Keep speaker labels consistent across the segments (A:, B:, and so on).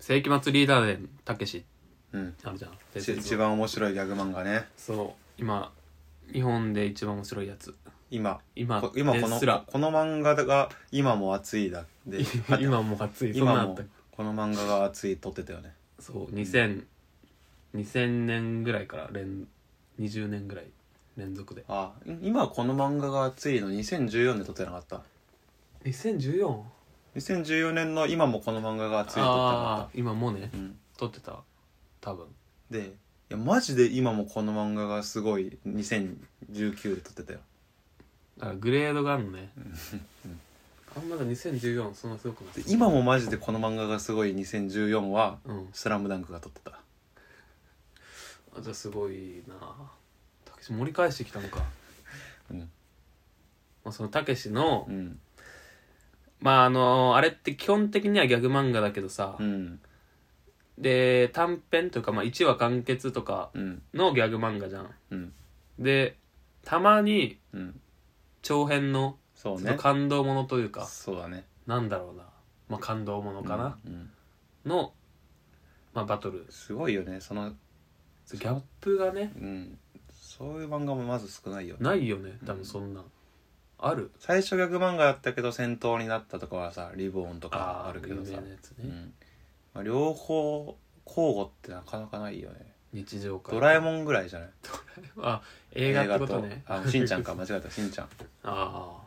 A: 世紀末リーダー伝たけし
B: うん
A: あるじゃん
B: ち一番面白いギャグ漫画ね
A: そう今日本で一番面白いやつ
B: 今
A: 今
B: こ今こ
A: で
B: の
A: す ら
B: この漫画が今も熱いだで
A: 今もう熱いそんな
B: 今
A: んあっ
B: も
A: た
B: この漫画が熱い撮ってたよね
A: そう2000 2000年ぐらいから連20年ぐらい連続で
B: あ今この漫画が熱いの2014年撮ってなかった
A: 2014?
B: 2014年の今もこの漫画が熱い撮って
A: あ
B: なか
A: あ今もうね
B: った、うん、
A: 撮ってた多分
B: でいやマジで今もこの漫画がすごい2019で撮ってたよ
A: だからグレードがあるのねあんまだ2014そんなすごくな
B: で
A: い
B: 今もマジでこの漫画がすごい2014は
A: うん
B: 「スラムダンクが撮ってた
A: あじゃあすごいなたけし盛り返してきたのか、
B: うん
A: まあ、そのたけしの
B: うん
A: まああのあれって基本的にはギャグ漫画だけどさ、
B: うん
A: で短編というか、まあ、1話完結とか
B: うん
A: のギャグ漫画じゃん
B: うん
A: でたまに
B: うん
A: 長編の
B: そう
A: ちょっ
B: ね
A: と感動ものというか、
B: そうだね
A: なんだろうな、まあ、感動ものかな、
B: うんうん
A: の、まあ、バトル
B: すごいよねその
A: ギャップがね
B: うんそういう漫画もまず少ないよね
A: ないよね多分そんなん、ある
B: 最初逆漫画やったけど戦闘になったとかはさリボーンとか
A: あ
B: あ
A: るけ
B: るけ
A: ど
B: ど
A: 有名
B: さ
A: な、やつね、
B: うんまあ、両方交互ってなかなかないよね
A: 日常から
B: ドラえ
A: ん
B: もんぐらいじゃない
A: あ映画ってことね
B: あしんちゃ んか間違えたしんちゃん
A: ああ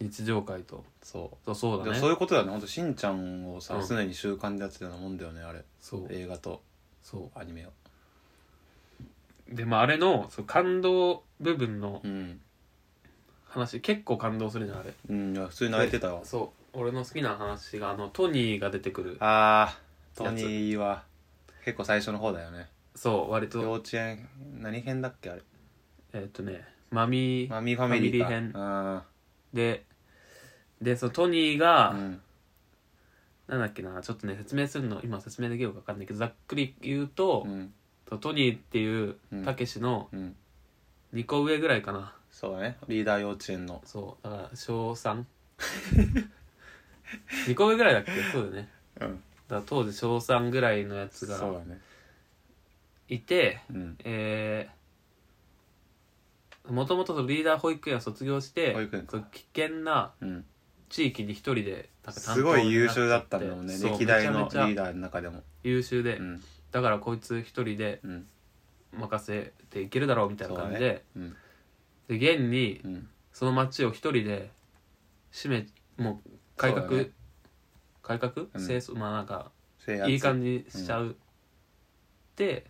A: 日常会と
B: そ
A: そうそううだ
B: でも
A: ね
B: そういうことだよねほんとしんちゃんをさ、
A: うん
B: 常に習慣でやってたようなもんだよねあれ
A: そう
B: 映画と
A: そ
B: アニメを
A: うでまああれのその感動部分の
B: うん、
A: 話結構感動するじゃんあれ
B: うん、いや普通に泣いてたわ
A: そう俺の好きな話があのトニーが出てくる
B: あートニーは結構最初の方だよね
A: そう割
B: 幼
A: と
B: 稚園何編だっけあれ
A: えーっとねマミー
B: マミーファミリーか
A: ファミリー編
B: あ
A: ででそのトニー
B: ー
A: が、
B: うん
A: なんだっけなちょっとね説明するの今説明できるか分かんないけどざっくり言うと
B: う、ん
A: とトニーっていう
B: うん
A: たけしの
B: うん
A: 2個上ぐらいかな
B: そうだねリーダー幼稚園の
A: そうだから小 32個上ぐらいだっけそうだよね
B: うん
A: だから当時小3ぐらいのやつ
B: そう
A: が
B: だね
A: いて
B: うん
A: えーもともとリーダー保育園を卒業して
B: 保育園か
A: そう危険な
B: うん
A: 地域に一人でなんか担当
B: すごい優秀だったん
A: に
B: だ
A: なち
B: も
A: ゃてそ
B: んね
A: う
B: 歴代の
A: め
B: リ
A: ちゃめ
B: ー
A: ちゃ
B: ダーの中でも
A: 優秀で、
B: うん
A: だからこいつ一人で
B: うん
A: 任せていけるだろうみたいな感じで、
B: うん
A: で現に
B: うん
A: その町を一人で閉めもう改革、
B: そうだね
A: 改革、
B: うん
A: 清掃まあなんか
B: 制圧
A: いい感じにしちゃう、で、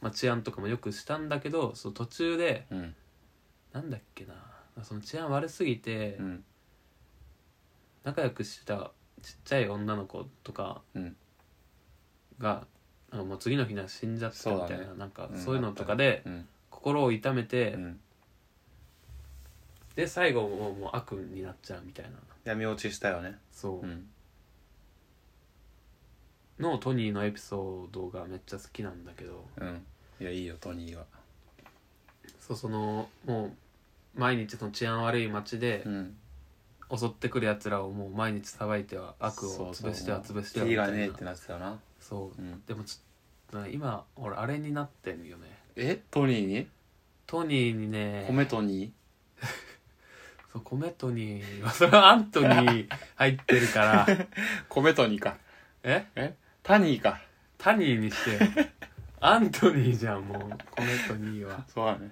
A: まあ、治安とかもよくしたんだけどその途中で
B: うん
A: なんだっけなその治安悪すぎて
B: うん
A: 仲良くしたちっちゃい女の子とか
B: うん
A: がなんかもう次の日には死んじゃったみたい
B: そう
A: な,、
B: だ
A: なんか
B: うん
A: そういうのとかで
B: うん
A: 心を痛めて、
B: うん
A: で最後もうもう悪になっちゃうみたいな
B: 闇落ちしたよね
A: そう、
B: うん
A: のトニーのエピソードがめっちゃ好きなんだけど
B: うんいやいいよトニーは
A: そうそのもう毎日その治安悪い街で
B: うん
A: 襲ってくるやつらをもう毎日さばいては悪を潰しては潰しては
B: キリ
A: みた
B: が
A: い
B: ねえっ
A: な
B: てなってたよな
A: そう
B: うん
A: でもちょっとね今俺あれになってんよね
B: えトニーに
A: トニーにね
B: 米トニ
A: そう米トニーはそれはアントニー入ってるから
B: ー米トニーか
A: え
B: えタニーか
A: タニーにしてよアントニーじゃんもう米トニーは
B: そうだね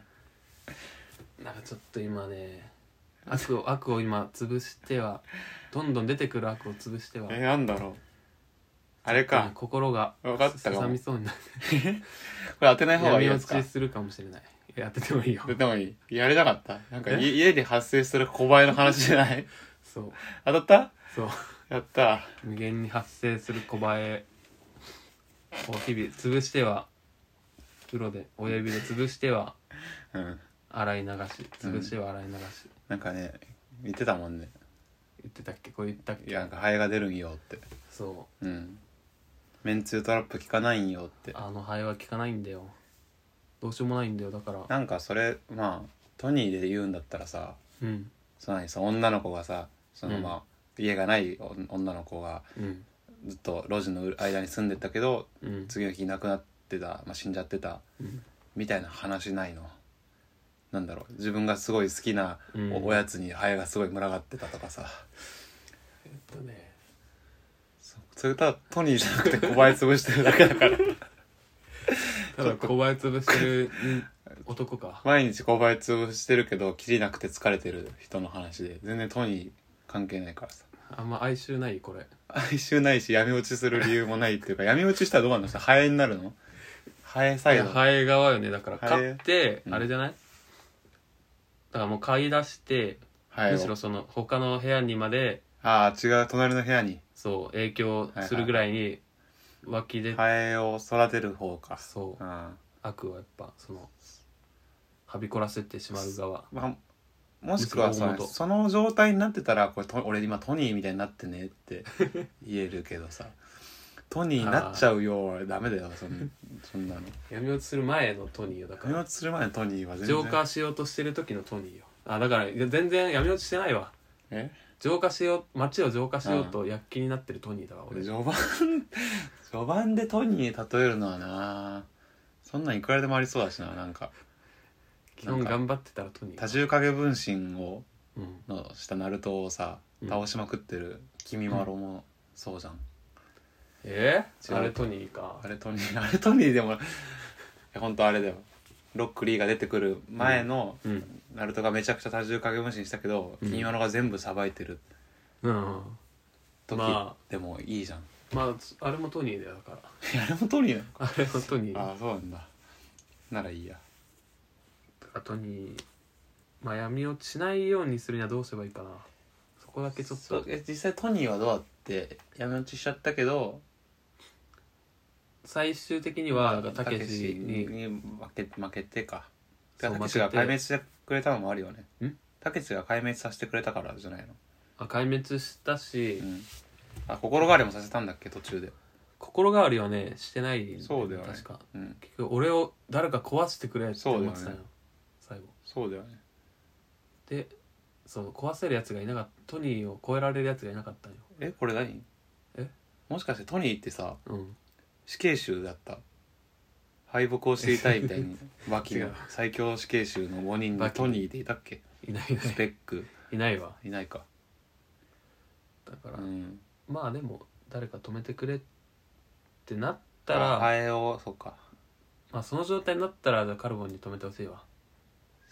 A: なんかちょっと今ね悪を悪を今潰してはどんどん出てくる悪を潰しては
B: えなんだろうあれか
A: 心が
B: わかったかも
A: さみそうになっ
B: これ当てない
A: て
B: 方がい
A: 闇
B: いや
A: 落
B: つか
A: ちするかもしれないいややっててもいいよ
B: ででもいいやれなかったなんか
A: え
B: い家で発生する小林の話じゃない
A: そう
B: 当たった
A: そう
B: やった
A: 無限に発生する小映えを日々潰してはプロで親指で潰しては
B: うん
A: 洗い流し潰しては洗い流し、
B: なんかね言ってたもんね
A: 言ってたっけこれ言ったっ
B: い
A: け
B: やなんかハエが出るんよって
A: そ
B: うんめんつゆトラップ効かないんよって
A: うあのハエは効かないんだよどうしようもないんだよだから
B: なんかそれまあトニーで言うんだったらさ
A: うん
B: その何その女の子がさその
A: うん
B: まあ、家がないお女の子が
A: うん
B: ずっと路地の間に住んでたけど
A: うん
B: 次の日いなくなってた、まあ、死んじゃってた
A: うん
B: みたいな話ないのなんだろう自分がすごい好きな
A: うん
B: おおやつにハエがすごい群がってたとかさ、
A: えっとね
B: そそれただトニーじゃなくて小林潰してるだけだから
A: ただ小林潰してる男か
B: 毎日小林潰してるけど切りなくて疲れてる人の話で全然トニー関係ないからさ
A: あんま哀愁ないこれ
B: 哀愁ないし闇落ちする理由もないっていうか闇落ちしたらどうなのハエになるのハエサ
A: い
B: イ
A: や
B: ド
A: ハエ側よねだから
B: ハエ
A: 買って
B: うん
A: あれじゃない、だからもう買い出して
B: ハエ
A: む
B: を
A: しろその他の部屋にまで
B: ああ違う隣の部屋に
A: そう影響するぐらいに湧き出て、
B: ハエを育てる方か
A: そう
B: うん
A: 悪はやっぱそのはびこらせてしまう側
B: まあ、もしくは
A: むし
B: さ
A: ろ大元
B: その状態になってたらこれと俺今トニーみたいになってねって言えるけどさトニーになっちゃうよはダメだよそんそんなの
A: 闇落ちする前のトニーよだか
B: 髪
A: ら
B: 落ちする前のトニーは全然
A: 浄化しようとしてる時のトニーよあだからいや全然闇落ちしてないわ
B: え
A: 浄化しよう街を浄化しようと躍起になってるトニーだわ俺
B: 俺序盤序盤でトニーに例えるのはなそんなんいくらでもありそうだしななんか
A: 基本頑張ってたらトニー
B: 多重影分身を
A: うん
B: のしたナルトをさ
A: うん
B: 倒しまくってる君まろもそうじゃん、
A: え
B: 違
A: ー、
B: う
A: あれトニーか
B: あれトニーあれトニーでもい や本当あれだよロックリーが出てくる前の、
A: うん
B: ナルトがめちゃくちゃ多重影分身したけど、
A: うん
B: 金色が全部さばいてる
A: うん
B: 時、
A: ま
B: でもいいじゃん
A: まああれもトニーだよだから
B: あれもトニーなの
A: あれもトニー
B: ああそうなんだならいいや
A: あとにまあ闇落ちしないようにするにはどうすればいいかなそこだけちょっ
B: そう
A: と
B: え実際トニーはどうだって闇落ちしちゃったけど
A: 最終的にはだからたけ
B: たけ
A: し
B: し
A: に
B: に負け負けてか
A: そう
B: たけしが
A: 負けて
B: 壊滅してくれたのもあるよね
A: ん
B: たけしが壊滅させてくれたからじゃないの、
A: あ壊滅したし、
B: うん、あ心変わりもさせたんだっけ途中で
A: 心変わりはねしてないんだよね
B: そうだよね
A: 確か
B: うん
A: 結局俺を誰か壊してくれって思って
B: そう
A: た
B: だ
A: よ、
B: よね
A: 最後
B: そうだよね
A: でそう壊せるやつがいなかったトニーを超えられるやつがいなかったんよ
B: えこれ何
A: え
B: もしかしてトニーってさ
A: うん
B: 死刑囚だった敗北を知りたいみたいに バキが
A: 違う
B: 最強死刑囚の5人
A: バ
B: に
A: キ
B: トニーでいたっけ
A: いないいな
B: ス
A: い
B: ペック
A: いないわ
B: いな いか
A: だから、
B: うん
A: まあでも誰か止めてくれってなったら
B: あハエをそうか
A: まあその状態になったらカルボンに止めてほしいわ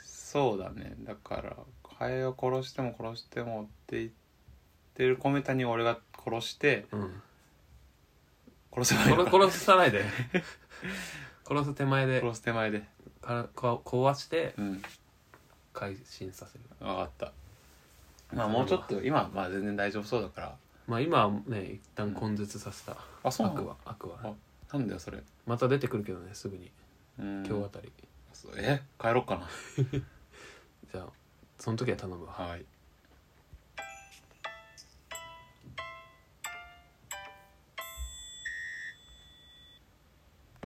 B: そうだねだからハエを殺しても殺してもって言ってる米谷を俺が殺して
A: うん
B: 殺せばいいの
A: 殺
B: か
A: 殺さないで殺す手前で
B: 殺す手前で
A: からこ壊して
B: うん
A: 改心させる
B: 分かったまあもうちょっと今はまあ全然大丈夫そうだから
A: まあ今はね一旦根絶させた、
B: あそうな
A: 悪
B: の
A: は悪は
B: あなんだよそれ
A: また出てくるけどねすぐに
B: うん
A: 今日あたり、
B: そうえ帰ろっかな
A: じゃあその時は頼むわ
B: はい